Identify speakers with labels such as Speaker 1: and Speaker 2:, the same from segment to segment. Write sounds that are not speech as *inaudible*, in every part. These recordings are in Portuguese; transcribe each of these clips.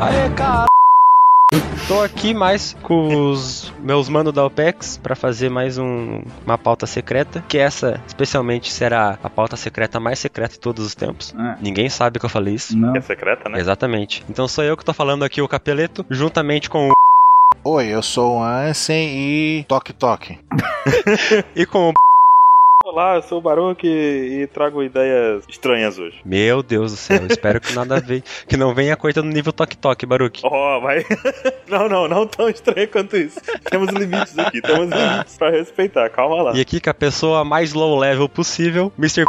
Speaker 1: Aê, cara! Tô aqui mais com os meus manos da OPEX pra fazer mais um- uma pauta secreta, que essa especialmente será a pauta secreta mais secreta de todos os tempos.
Speaker 2: Ah,
Speaker 1: Ninguém sabe que eu falei isso.
Speaker 2: não.
Speaker 3: É secreta, né?
Speaker 1: Exatamente. Então sou eu que tô falando aqui o Capeleto, juntamente com o *laughs*
Speaker 4: Oi, eu sou o Ansem e Toque Toque.
Speaker 1: e com o *laughs*
Speaker 3: Olá, eu sou o Baruque e trago ideias estranhas hoje.
Speaker 1: Meu Deus do céu, espero que nada a ver, que não venha coisa no nível Tok Tok, Baruque.
Speaker 3: Oh, *laughs* vai. não, não, não tão estranho quanto isso. Temos limites aqui, temos limites pra respeitar, calma lá.
Speaker 1: E aqui com a pessoa mais low level possível, Mr.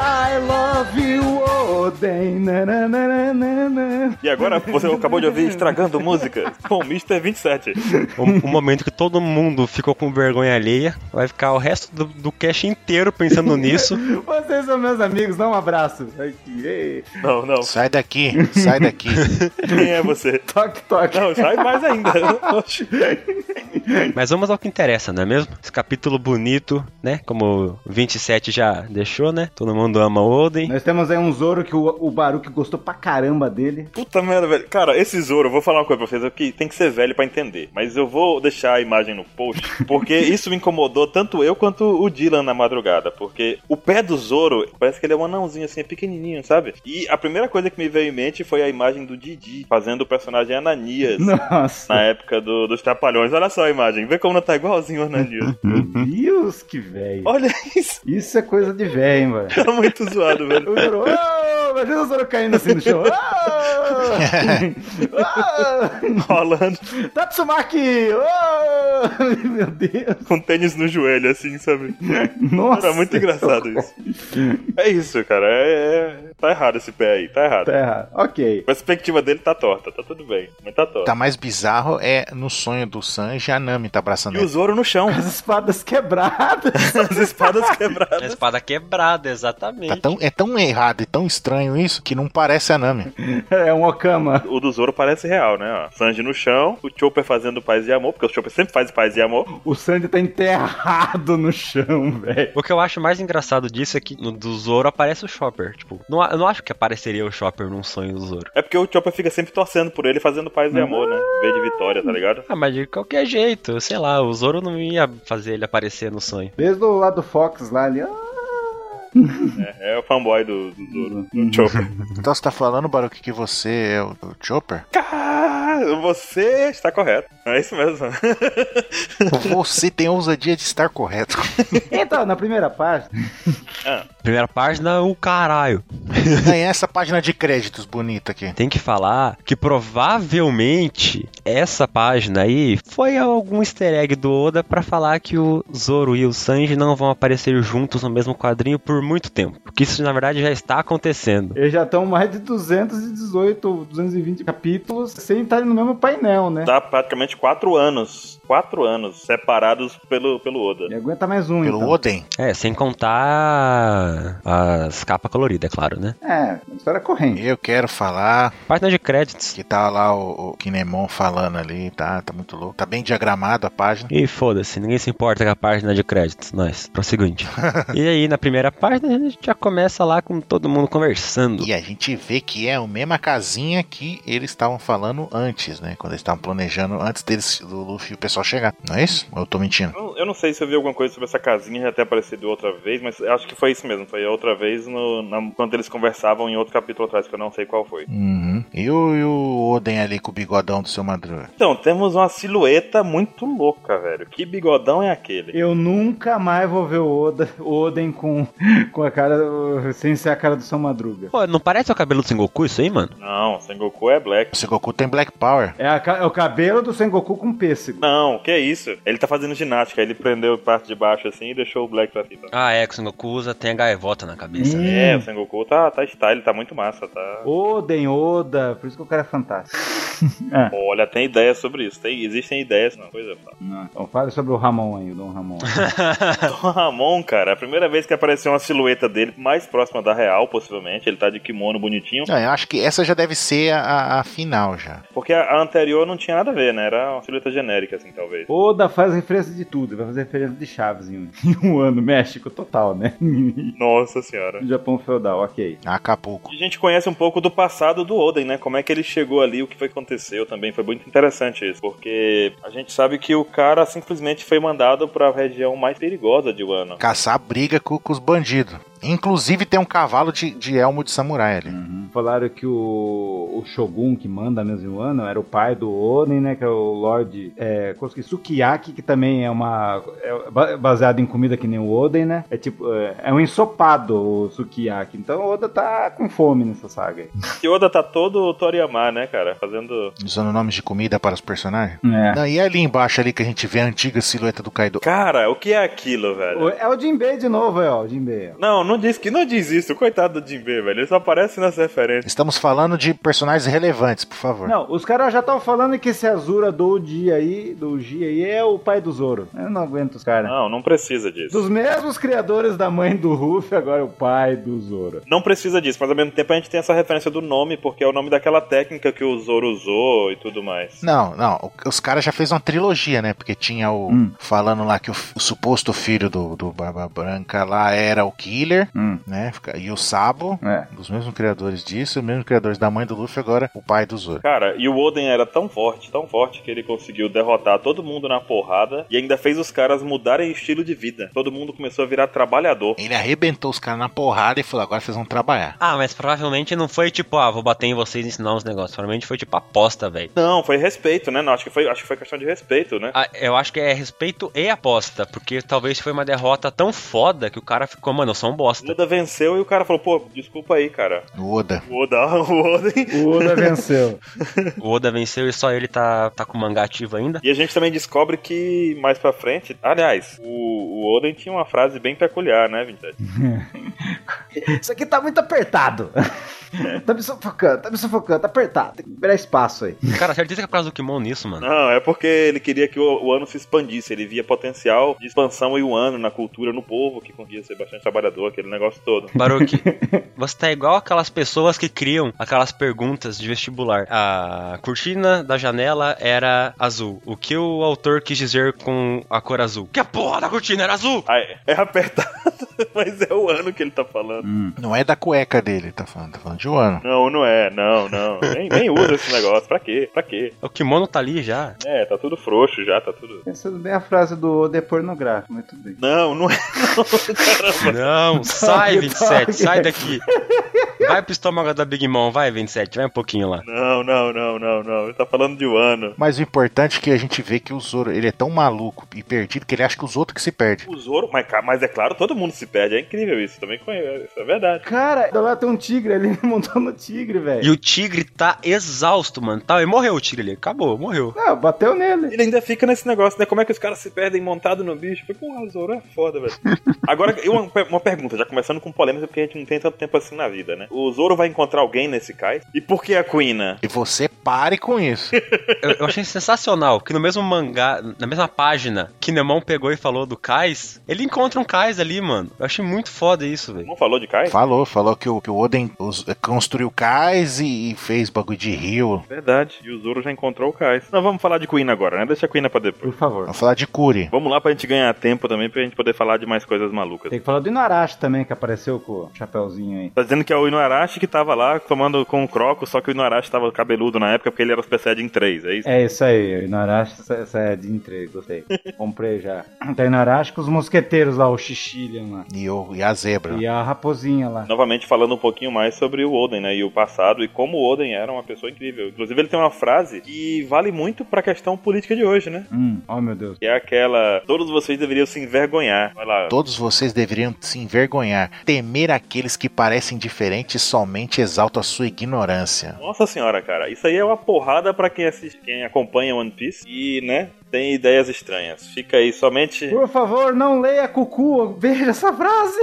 Speaker 2: I love you, oh, day, na, na, na, na, na, na.
Speaker 3: E agora você acabou de ouvir Estragando Música com Mr. 27.
Speaker 1: O, o momento que todo mundo ficou com vergonha alheia, vai ficar o resto do, do cast inteiro
Speaker 4: *laughs*
Speaker 1: pensando nisso.
Speaker 2: Vocês são meus amigos, dá um abraço. Aqui, ei.
Speaker 3: Não, não.
Speaker 4: Sai daqui, sai daqui.
Speaker 3: Quem é você?
Speaker 2: Toque, toque.
Speaker 3: Não, sai mais ainda.
Speaker 1: Mas vamos ao que interessa, não é mesmo? Esse capítulo bonito, né? Como o 27 já deixou, né? Todo mundo ama o Oden.
Speaker 2: Nós temos aí um Zoro que o, o Baruque gostou pra caramba dele.
Speaker 3: Puta merda, velho. Cara, esse Zoro, eu vou falar uma coisa pra vocês aqui. Tem que ser velho pra entender. Mas eu vou deixar a imagem no post. Porque isso me incomodou tanto eu quanto o Dylan na madrugada. Porque o pé do Zoro, parece que ele é um anãozinho assim, é pequenininho, sabe? E a primeira coisa que me veio em mente foi a imagem do Didi fazendo o personagem Ananias.
Speaker 2: Nossa.
Speaker 3: Na época do- dos Trapalhões. Olha só a imagem. Vê como não tá igualzinho o Ananias.
Speaker 2: Meu Deus, que velho.
Speaker 3: Olha isso.
Speaker 2: Isso é coisa de velho, hein, mano.
Speaker 3: Tá muito zoado, velho.
Speaker 2: O Zoro, oh, imagina o Zoro caindo assim no
Speaker 3: *laughs*
Speaker 2: chão. Oh,
Speaker 3: Rolando
Speaker 2: oh, Tatsumaki! Oh, *laughs* meu Deus.
Speaker 3: com tênis no joelho, assim, sabe?
Speaker 2: Nossa.
Speaker 3: Era é muito engraçado isso. É isso, cara. É, é- Tá errado esse pé aí, tá errado.
Speaker 2: Terra. Ok.
Speaker 3: A perspectiva dele tá torta, tá tudo bem, mas tá torta.
Speaker 4: tá mais bizarro é no sonho do Sanji, a Nami tá abraçando
Speaker 3: E o
Speaker 4: ele.
Speaker 3: Zoro no chão, *laughs*
Speaker 2: As espadas quebradas. *laughs*
Speaker 3: as espadas
Speaker 1: A
Speaker 3: quebradas.
Speaker 1: espada quebrada,
Speaker 4: Tá
Speaker 1: exatamente.
Speaker 4: tão, é tão errado e tão estranho isso que não parece a Nami.
Speaker 2: É um Okama.
Speaker 3: O do Zoro parece real, né? Ó, Sanji no chão, o Chopper fazendo paz e amor, porque o Chopper sempre faz paz e amor.
Speaker 2: O Sandy tá enterrado no chão, velho.
Speaker 1: O que eu acho mais engraçado disso é que no do Zoro aparece o Chopper. Tipo, não, a- eu não acho que apareceria o Chopper num sonho do Zoro.
Speaker 3: É porque o Chopper fica sempre torcendo por ele, fazendo paz e amor, né? Em vez de vitória, tá ligado?
Speaker 1: Ah, mas de qualquer jeito, sei lá, o Zoro não ia fazer ele aparecer no sonho.
Speaker 2: Desde o lado do Fox lá ali. ah.
Speaker 3: É, é o fanboy do, do Zoro,
Speaker 2: Hum.
Speaker 3: do Chopper.
Speaker 4: Então você tá falando, Baruque, que você é o, o Chopper?
Speaker 3: Ah, você está correto. É isso mesmo.
Speaker 4: Você tem a ousadia de estar correto.
Speaker 2: Então, na primeira parte,
Speaker 1: Primeira página, o caralho.
Speaker 4: Ganhei essa página de créditos bonita aqui.
Speaker 1: Tem que falar que provavelmente essa página aí foi algum easter egg do Oda pra falar que o Zoro e o Sanji não vão aparecer juntos no mesmo quadrinho por muito tempo. Porque isso na verdade já está acontecendo.
Speaker 2: eles já estão mais de 218, 220 capítulos sem estarem no mesmo painel, né?
Speaker 3: Tá praticamente quatro anos. Quatro anos separados pelo, pelo Oda.
Speaker 2: E aguenta mais um,
Speaker 4: Pelo
Speaker 2: então.
Speaker 4: Oden.
Speaker 1: É, sem contar as capas coloridas, é claro, né?
Speaker 2: É, uma história corrente.
Speaker 4: Eu quero falar
Speaker 1: Página de créditos.
Speaker 4: que tá lá o, o Kinemon falando ali, tá? Tá muito louco. Tá bem diagramado a página.
Speaker 1: E foda-se, ninguém se importa com a página de créditos, nós. Prosseguinte. e aí, na primeira página, a gente já começa lá com todo mundo conversando.
Speaker 4: E a gente vê que é a mesma casinha que eles estavam falando antes, né? Quando eles estavam planejando antes deles, do Luffy e o pessoal chegar. Não é isso? Ou eu tô mentindo?
Speaker 3: Eu- Eu não sei se eu vi alguma coisa sobre essa casinha, já até aparecido outra vez, mas eu acho que foi isso mesmo. Foi outra vez no, na- quando eles conversavam em outro capítulo atrás, que eu não sei qual foi.
Speaker 4: Uhum. E, o, e o Oden ali com o bigodão do seu Madruga?
Speaker 3: Então, temos uma silhueta muito louca, velho. Que bigodão é aquele?
Speaker 2: Eu nunca mais vou ver o Oda, o Oden com, com a cara. sem ser a cara do São Madruga.
Speaker 1: Pô, não parece o cabelo do Sengoku isso aí, mano?
Speaker 3: Não, Sengoku é black.
Speaker 4: O Sengoku tem Black Power.
Speaker 2: É, a ca- é o cabelo do Sengoku com pêssego.
Speaker 3: Não, que isso? Ele tá fazendo ginástica, ele prendeu parte de baixo assim e deixou o black pra cima.
Speaker 1: Ah, é, que o Sengoku usa, tem a gaivota na cabeça. né?
Speaker 3: É, o Sengoku tá, tá style, tá muito massa, tá.
Speaker 2: Oden, Oda, por isso que o cara é *laughs* fantástico. É.
Speaker 3: Olha, tem ideias sobre isso. Tem, existem ideias, não. Coisa pá.
Speaker 2: Então, fale sobre o Ramon aí, o Dom Ramon.
Speaker 3: *laughs* Dom Ramon, cara, a primeira vez que apareceu uma silhueta dele, mais próxima da real, possivelmente. Ele tá de kimono bonitinho.
Speaker 4: Não, eu acho que essa já deve ser a, a final já.
Speaker 3: Porque a, a anterior não tinha nada a ver, né? Era uma silhueta genérica, assim, talvez.
Speaker 2: Oda faz referência de tudo, vai fazer referência de Chaves em um, *laughs* em um ano. México total, né?
Speaker 3: Nossa senhora.
Speaker 2: Japão feudal, ok.
Speaker 4: Acapulco.
Speaker 3: A gente conhece um pouco do passado do Oden, né? Como é que ele chegou ali, o que foi que aconteceu também. Foi muito interessante isso, porque a gente sabe que o cara simplesmente foi mandado pra região mais perigosa de Wano.
Speaker 4: Caçar briga com, com os bandidos. Inclusive tem um cavalo de, de elmo de samurai ali.
Speaker 2: Uhum. Falaram que o, o Shogun que manda mesmo em Wano era o pai do Oden, né? Que é o Lorde é, Kosuke Sukiyaki, que também é uma. É ba- baseado em comida que nem o Oden, né? É tipo. É, é um ensopado o Sukiyaki. Então o Oda tá com fome nessa saga aí.
Speaker 3: E Oda tá todo Toriyama, né, cara? Fazendo.
Speaker 4: Usando nomes de comida para os personagens.
Speaker 2: É.
Speaker 4: Não, e ali embaixo ali que a gente vê a antiga silhueta do Kaido.
Speaker 3: Cara, o que é aquilo, velho?
Speaker 2: O- É o Jinbei de novo, é ó, o Jinbei. ó.
Speaker 3: Não, não diz que não diz isso, coitado do Jinbe, velho. Ele só aparece nas referências.
Speaker 4: Estamos falando de personagens relevantes, por favor.
Speaker 2: Não, os caras já estavam falando que esse Azura do dia aí, do G aí, é o pai do Zoro. Eu não aguento os caras.
Speaker 3: Não, não precisa disso.
Speaker 2: né? Dos mesmos criadores da mãe do Ruff, agora é o pai do Zoro.
Speaker 3: Não precisa disso, mas ao mesmo tempo a gente tem essa referência do nome, porque é o nome daquela técnica que o Zoro usou e tudo mais.
Speaker 4: Não, não. o- Os caras já fez uma trilogia, né? Porque tinha o.
Speaker 2: Hum.
Speaker 4: Falando lá que o, f- o suposto filho do, do Barba Branca lá era o Killer,
Speaker 2: Hum,
Speaker 4: né? Fica- E o Sabo.
Speaker 2: é.
Speaker 4: Os mesmos criadores disso, os mesmos criadores da mãe do Luffy, agora o pai do Zoro.
Speaker 3: Cara, e o Oden era tão forte, tão forte que ele conseguiu derrotar todo mundo na porrada e ainda fez os caras mudarem estilo de vida. Todo mundo começou a virar trabalhador.
Speaker 4: Ele arrebentou os caras na porrada e falou: agora vocês vão trabalhar.
Speaker 1: Ah, mas provavelmente não foi tipo, ah, vou bater em vocês e ensinar uns negócios. Provavelmente foi tipo aposta, velho.
Speaker 3: Não, foi respeito, né? Não, acho que foi, acho que foi questão de respeito, né?
Speaker 1: Ah, eu acho que é respeito e aposta, porque talvez foi uma derrota tão foda que o cara ficou, mano, eu sou um
Speaker 3: O *laughs*
Speaker 1: bosta.
Speaker 3: Oda venceu e o cara falou, pô, desculpa aí, cara.
Speaker 4: O Oda.
Speaker 3: O Oda, *laughs* o Oden.
Speaker 2: O Oda venceu.
Speaker 1: O Oda venceu e só ele tá, tá com o mangá ativo ainda.
Speaker 3: E a gente também descobre que mais pra frente, aliás, o, o Oden tinha uma frase bem peculiar, né, Vintage?
Speaker 2: *laughs* Isso aqui tá muito *laughs* apertado. tá me sufocando, tá me sufocando, tá apertado. Tem que liberar espaço aí.
Speaker 1: Cara, certeza que é por causa do Kimon nisso, mano.
Speaker 3: Não, é porque ele queria que o, o ano se expandisse, ele via potencial de expansão e o ano na cultura, no povo, que conseguia ser bastante trabalhador, aquele negócio todo.
Speaker 1: Baruque, você tá igual aquelas pessoas que criam aquelas perguntas de vestibular. A cortina da janela era azul. O que o autor quis dizer com a cor azul? Que a porra da cortina era azul!
Speaker 3: Ah, é- é apertado, *laughs* mas é o ano que ele tá falando.
Speaker 4: Não é da cueca dele, tá falando, tá falando de um ano.
Speaker 3: Não, não é, não, não. Nem, nem usa esse negócio. Pra quê? Pra quê?
Speaker 1: O kimono tá ali já.
Speaker 3: É, tá tudo frouxo já, tá tudo.
Speaker 2: Pensando bem, a frase do Oda é pornográfica. Muito bem.
Speaker 3: Não, não é.
Speaker 1: Não, sai
Speaker 2: Dog,
Speaker 1: 27,
Speaker 2: dog.
Speaker 1: sai daqui. Vai pro estômago da Big Mom, vai 27, vai um pouquinho lá.
Speaker 3: Não, não, não, não, não. Ele tá falando de um ano.
Speaker 4: Mas o importante é que a gente vê que o Zoro, ele é tão maluco e perdido que ele acha que os outros que se perdem.
Speaker 3: O Zoro, mas, ca- mas é claro, todo mundo se perde. É incrível isso. Também conheço. Isso é verdade.
Speaker 2: Cara, lá tem um tigre, *laughs* ele montou no tigre,
Speaker 1: E
Speaker 2: velho.
Speaker 1: o tigre tá exausto, mano. Tá, e morreu o tigre ali. Acabou, morreu.
Speaker 2: Ah, bateu nele.
Speaker 3: Ele ainda fica nesse negócio, né? Como é que os caras se perdem montado no bicho? Foi com o Zoro é foda, velho. Agora, eu- uma, per- uma pergunta, já começando com polêmica, porque a gente não tem tanto tempo assim na vida, né? O Zoro vai encontrar alguém nesse cais? E por que a Quina?
Speaker 4: E você pare com isso.
Speaker 1: Eu, eu achei sensacional que no mesmo mangá, na mesma página que Nemon pegou e falou do Kais, ele encontra um Kais ali, mano. Eu achei muito foda isso, velho.
Speaker 3: Não falou de cais?
Speaker 4: Falou, falou que o, que o Oden os- construiu cais e, e fez bagulho de rio.
Speaker 3: Verdade. E o Zoro já encontrou o cais. Não, vamos falar de Quina agora, né? Deixa a Quina pra depois.
Speaker 2: Por favor.
Speaker 4: Vamos falar de Curi.
Speaker 3: Vamos lá pra gente ganhar tempo também, pra gente poder falar de mais coisas malucas.
Speaker 2: Tem que falar do Inarashi também, que apareceu com o chapéuzinho aí.
Speaker 3: Tá dizendo que é o Inuarashi que tava lá tomando com o Croco, só que o Inuarashi tava cabeludo na época porque ele era especial em 3, é isso?
Speaker 2: É isso aí, o Inarashi, essa- essa é de entrega, gostei. Comprei já. *clears throat* Tem Inarashi com os mosqueteiros lá, o Xixilian lá.
Speaker 4: E, o, e a zebra.
Speaker 2: E a raposinha lá.
Speaker 3: Novamente falando um pouquinho mais sobre o Oden, né, e o passado e como o Oden era uma pessoa incrível. Inclusive ele tem uma frase que vale muito pra questão política de hoje, né?
Speaker 2: Hum, oh meu Deus.
Speaker 3: Que é aquela todos vocês deveriam se envergonhar. Vai lá.
Speaker 4: Todos vocês deveriam se envergonhar. Temer aqueles que parecem diferentes somente exalta a sua ignorância.
Speaker 3: Nossa senhora, cara, isso aí é uma porrada pra quem assiste, quem acompanha One Piece e, né, tem ideias estranhas. Fica aí somente
Speaker 2: Por favor, não leia Cucu, veja essa frase.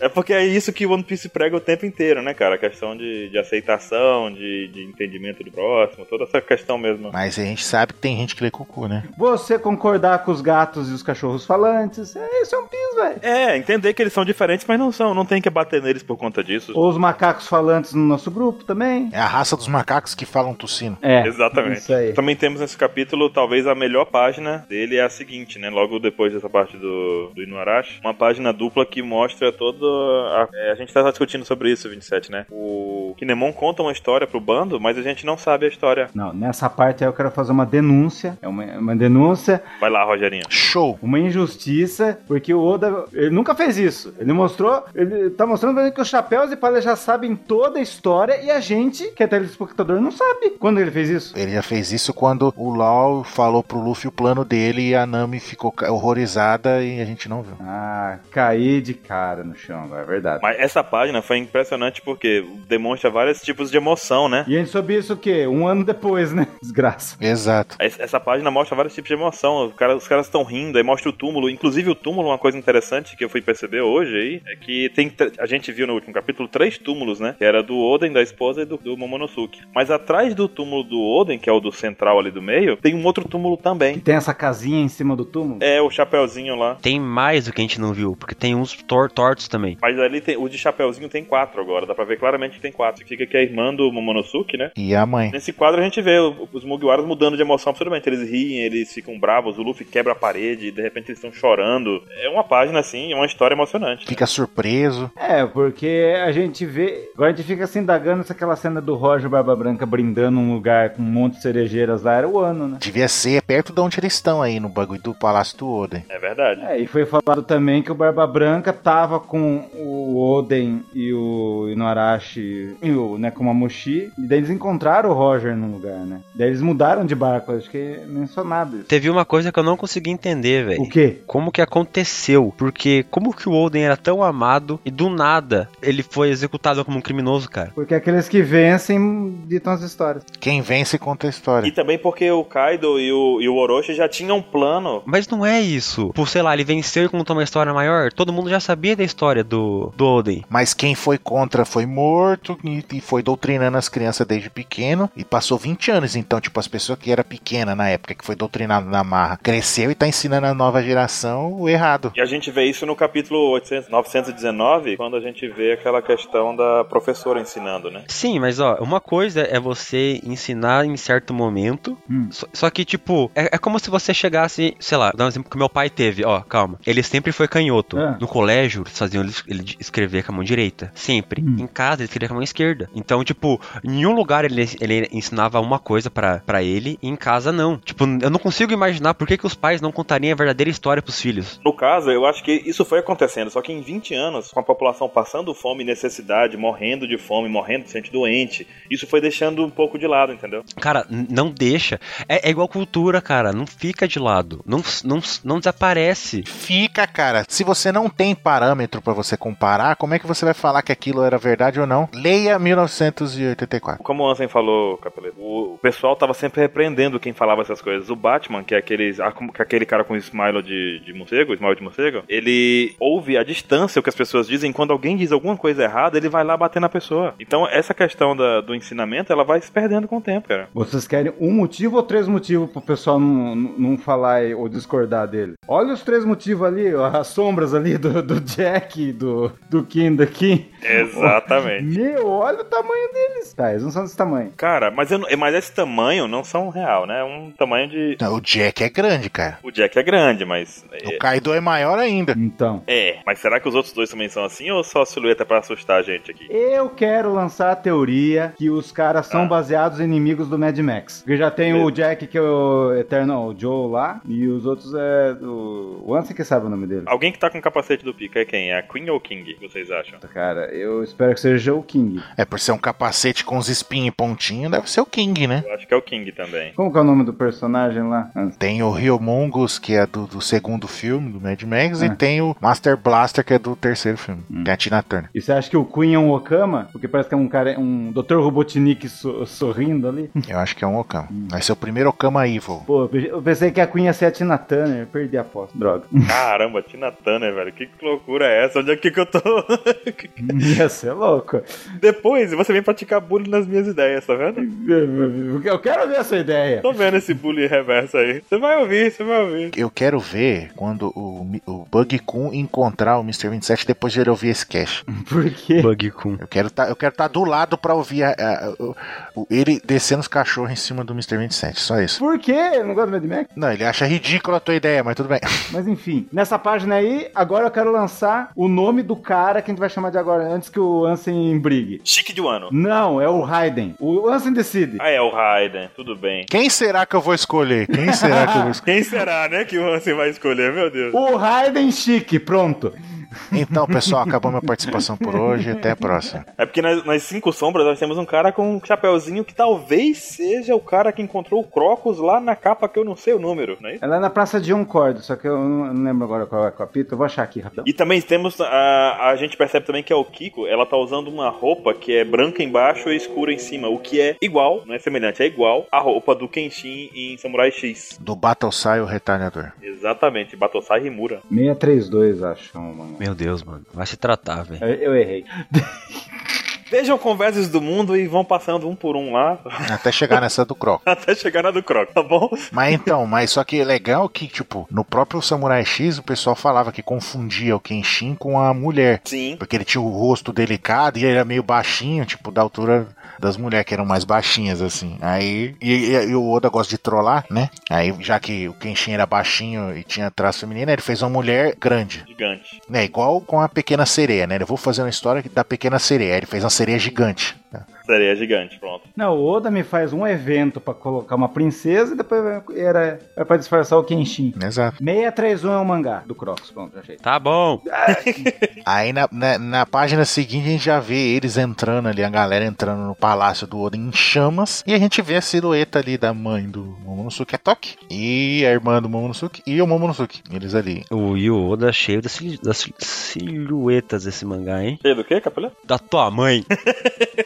Speaker 3: É porque é isso que o One Piece prega o tempo inteiro, né, cara? A questão de, de aceitação, de, de entendimento do próximo, toda essa questão mesmo.
Speaker 4: Mas a gente sabe que tem gente que lê cucu, né?
Speaker 2: Você concordar com os gatos e os cachorros falantes, é, isso é um piso, velho.
Speaker 3: É, entender que eles são diferentes, mas não são, não tem que bater neles por conta disso.
Speaker 2: Ou os macacos falantes no nosso grupo também.
Speaker 4: É a raça dos macacos que falam tucino.
Speaker 2: É,
Speaker 3: Exatamente.
Speaker 2: Isso aí.
Speaker 3: Também temos nesse capítulo talvez a melhor página dele é a seguinte, né? Logo depois dessa parte do, do Inuarashi. Uma página dupla que mostra toda a... é, a gente tava discutindo sobre isso, 27, né? O Kinemon conta uma história pro bando, mas a gente não sabe a história.
Speaker 2: Não, nessa parte aí eu quero fazer uma denúncia. É uma, uma denúncia,
Speaker 3: Vai lá, Rogerinho.
Speaker 4: Show!
Speaker 2: uma injustiça, porque o Oda, ele nunca fez isso. Ele mostrou, ele tá mostrando pra gente que os chapéus e palha já sabem toda a história e a gente, que é telespectador, não sabe quando ele fez isso.
Speaker 4: Ele já fez isso quando o Law falou pro Luffy o plano dele e a Nami ficou ca- horrorizada e a gente não viu.
Speaker 2: Ah, caí de cara no chão, agora, é verdade.
Speaker 3: Mas essa página foi impressionante porque demonstra vários tipos de emoção, né?
Speaker 2: E a gente soube isso o quê? Um ano depois, né? *laughs* Desgraça.
Speaker 4: Exato.
Speaker 3: Es- Essa página mostra vários tipos de emoção. Os caras os caras estão rindo, aí mostra o túmulo. Inclusive, o túmulo, uma coisa interessante que eu fui perceber hoje aí, é que tem. tr- A gente viu no último capítulo três túmulos, né? Que era do Oden, da esposa e do, do Momonosuke. Mas atrás do túmulo do Oden, que é o do central ali do meio, tem um outro túmulo
Speaker 2: E
Speaker 3: também.
Speaker 2: tem essa casinha em cima do túmulo.
Speaker 3: É o chapeuzinho lá.
Speaker 1: Tem mais do que a gente não viu, porque tem uns tor tortos também.
Speaker 3: Mas ali tem. O de chapeuzinho tem quatro agora. Dá pra ver claramente que tem quatro. Fica que é a irmã do Momonosuke, né?
Speaker 4: E a mãe.
Speaker 3: Nesse quadro a gente vê o- os Mugiwaras mudando de emoção absolutamente. Eles riem, eles ficam bravos, o Luffy quebra a parede, de repente eles estão chorando. É uma página assim, é uma história emocionante.
Speaker 4: Fica surpreso.
Speaker 2: É, porque a gente vê. Agora a gente fica se indagando se aquela cena do Roger Barba Branca brindando um lugar com um monte de cerejeiras lá era o ano, né?
Speaker 4: Devia ser perto de onde eles estão aí, no bagulho do Palácio do Oden.
Speaker 3: É verdade.
Speaker 2: É, e foi falado também que o Barba Branca tava com o Oden e o Inuarashi e o Nekomamushi. E daí eles encontraram o Roger num lugar, né? Daí eles mudaram de barco, acho que é mencionado isso.
Speaker 1: Teve uma coisa que eu não consegui entender, velho.
Speaker 2: O quê?
Speaker 1: Como que aconteceu? Porque como que o Oden era tão amado e do nada ele foi executado como um criminoso, cara?
Speaker 2: Porque é aqueles que vencem ditam as histórias.
Speaker 4: Quem vence conta a história.
Speaker 3: E também porque o Kaido e o, e o Orochi já tinham um plano.
Speaker 1: Mas não é isso. Por, sei lá, ele venceu e contou uma história maior. Todo mundo já sabia da história do, do Oden.
Speaker 4: Mas quem foi contra foi morto e, e foi doutrinando as crianças desde pequeno. E passou 20 anos, então, tipo, as pessoas que era pequena na época, que foi doutrinado na marra, cresceu e tá ensinando a nova geração o errado.
Speaker 3: E a gente vê isso no capítulo 800, 919, quando a gente vê aquela questão da professora ensinando, né?
Speaker 1: Sim, mas ó, uma coisa é você ensinar em certo momento.
Speaker 2: Hum.
Speaker 1: Só, só que, tipo, é, é como se você chegasse, sei lá, vou dar um exemplo que meu pai teve, ó, calma. Ele sempre foi canhoto.
Speaker 2: Ah.
Speaker 1: No colégio, eles faziam ele, ele escrever com a mão direita. Sempre.
Speaker 2: Hum.
Speaker 1: Em casa, ele escrevia com a mão esquerda. Então, tipo, em nenhum lugar ele, ele ensinava uma coisa pra pra ele, e em casa não. Tipo, eu não consigo imaginar por que, que os pais não contariam a verdadeira história pros filhos.
Speaker 3: No caso, eu acho que isso foi acontecendo, só que em 20 anos, com a população passando fome e necessidade, morrendo de fome, morrendo de gente doente, isso foi deixando um pouco de lado, entendeu?
Speaker 1: Cara, n- não deixa. É, é igual cultura, cara. Não fica de lado. Não, não, não desaparece.
Speaker 4: Fica, cara. Se você não tem parâmetro pra você comparar, como é que você vai falar que aquilo era verdade ou não? Leia 1984.
Speaker 3: Como o Ansem falou, Capeleto, o o pessoal tava sempre repreendendo quem falava essas coisas. O Batman, que é aquele, que é aquele cara com smile de, de morcego, smile de morcego, ele ouve à distância o que as pessoas dizem. Quando alguém diz alguma coisa errada, ele vai lá bater na pessoa. Então, essa questão da- do ensinamento, ela vai se perdendo com o tempo, cara.
Speaker 2: Vocês querem um motivo ou três motivos pro pessoal não, não não falar e- ou discordar dele? Olha os três motivos ali, ó, as sombras ali do, do Jack, do, do Kim, daqui.
Speaker 3: Exatamente.
Speaker 2: Meu, olha o tamanho deles. Tá, eles não são desse tamanho.
Speaker 3: *laughs* Cara, mas, eu não- mas esse tamanho não são real, né? É um tamanho de.
Speaker 4: Não, o Jack é grande, cara.
Speaker 3: O Jack é grande, mas.
Speaker 4: O Kaido é maior ainda.
Speaker 2: Então,
Speaker 3: É. Mas será que os outros dois também são assim ou só silhueta pra assustar a gente aqui?
Speaker 2: eu quero lançar a teoria que os caras são
Speaker 3: Ah.
Speaker 2: baseados em inimigos do Mad Max. Porque já tem o
Speaker 3: Beleza.
Speaker 2: Jack, que é o Eternal Joe lá, e os outros é. O, o Ansem que sabe o nome dele.
Speaker 3: Alguém que tá com o capacete do pica é quem? É a Queen ou o King, vocês acham?
Speaker 2: Cara, eu espero que seja o King.
Speaker 4: É por ser um capacete com os espinhos e pontinho, deve ser o King, né?
Speaker 3: Eu acho que é o King
Speaker 2: *laughs*
Speaker 3: também.
Speaker 2: Como que é o nome do personagem lá? Ansem?
Speaker 4: Tem o Rio Mongus, que é do, do segundo filme, do Mad Max,
Speaker 2: Ah.
Speaker 4: e tem o Master Blaster, que é do terceiro filme. Tem a
Speaker 2: *laughs*
Speaker 4: Tina Turner.
Speaker 2: E você acha que o Queen é um Okama? Porque parece que é um cara, um Dr. Robotnik so- sorrindo ali. *laughs*
Speaker 4: Eu acho que é um Okama. Vai ser o primeiro Okama Evil.
Speaker 2: Pô, eu pe- eu pensei que a Queen ia ser a Tina Turner, perdi a aposta. Droga.
Speaker 3: Caramba, Tina Turner, velho. Que loucura é essa? Onde é que, que eu tô?
Speaker 2: *laughs*
Speaker 3: *laughs*
Speaker 2: ia ser louco.
Speaker 3: Depois você vem praticar bullying nas minhas ideias, tá vendo?
Speaker 2: Eu quero ver essa ideia.
Speaker 3: Tô vendo esse bullying reverso aí. Você vai ouvir, você vai ouvir.
Speaker 4: Eu quero ver quando o, Mi- o Bug Kun encontrar o Mr. 27 depois de ele ouvir esse cast.
Speaker 2: Por
Speaker 1: *laughs*
Speaker 2: quê?
Speaker 1: Bug Kun.
Speaker 4: Eu quero tá, estar do lado pra ouvir a- a- o- o- ele descendo os cachorros em cima do Mr. 27. Só isso.
Speaker 2: Por quê? Eu não gosto do Mad Max.
Speaker 4: Não, ele acha ridícula a tua ideia, mas tudo bem. *laughs*
Speaker 2: Mas enfim, nessa página aí, agora eu quero lançar o nome do cara que a gente vai chamar de agora, antes que o Ansem embrigue.
Speaker 3: Chique de Wano.
Speaker 2: Não, é o Raiden. O Ansem decide.
Speaker 3: Ah, é o Raiden, tudo bem.
Speaker 4: Quem será que eu vou escolher? Quem será que eu vou escolher?
Speaker 3: Quem será, né, que o Hansen vai escolher, meu Deus.
Speaker 2: O Raiden Chique, pronto.
Speaker 4: Então, pessoal, acabou minha participação por hoje. Até a próxima.
Speaker 3: É porque nas, nas cinco sombras nós temos um cara com um chapéuzinho que talvez seja o cara que encontrou o Crocus lá na capa que eu não sei o número, né?
Speaker 2: Ela é na Praça de um Cordo, só que eu não eu não lembro agora qual é o capítulo. Eu vou achar aqui rapidão.
Speaker 3: E também temos a, a gente percebe também que é o Kiko, ela tá usando uma roupa que é branca embaixo e escura em cima, o que é igual, não é semelhante, é igual à roupa do Kenshin em Samurai X.
Speaker 4: Do Battle Sai o Retalhador.
Speaker 3: Exatamente, Batosai Himura.
Speaker 2: 632, acho. mano.
Speaker 1: Meu Deus, mano. Vai se tratar, velho.
Speaker 2: Eu, eu errei.
Speaker 3: Vejam conversas do mundo e vão passando um por um lá *laughs*
Speaker 4: Até chegar nessa do Croc.
Speaker 3: até chegar na do Croc, tá bom?
Speaker 4: Mas então, mas só que é legal que, tipo, no próprio Samurai X o pessoal falava que confundia o Kenshin com a mulher.
Speaker 3: Sim.
Speaker 4: Porque ele tinha o rosto delicado e ele era meio baixinho, tipo, da altura das mulheres que eram mais baixinhas, assim. Aí. E, e- e o Oda gosta de trollar, né? Aí, já que o Kenshin era baixinho e tinha traço feminino, ele fez uma mulher grande.
Speaker 3: Gigante.
Speaker 4: Né? Igual com a pequena sereia, né? Eu vou fazer uma história da pequena sereia. Aí Ele fez uma sereia gigante. né?
Speaker 3: Sereia é gigante, pronto.
Speaker 2: Não, o Oda me faz um evento pra colocar uma princesa e depois era, era pra disfarçar o Kenshin.
Speaker 4: Exato.
Speaker 2: 631 é um mangá do Crocs, pronto, achei.
Speaker 1: Tá bom.
Speaker 4: Aí na, na, na página seguinte a gente já vê eles entrando ali, a galera entrando no palácio do Oda em chamas. E a gente vê a silhueta ali da mãe do Momonosuke, a Toque, e a irmã do Momonosuke e o Momonosuke. Eles ali.
Speaker 1: O Yoda cheio das, sil- das sil- silhuetas desse mangá, hein?
Speaker 3: Cheio do quê, Capelé?
Speaker 1: Da tua mãe.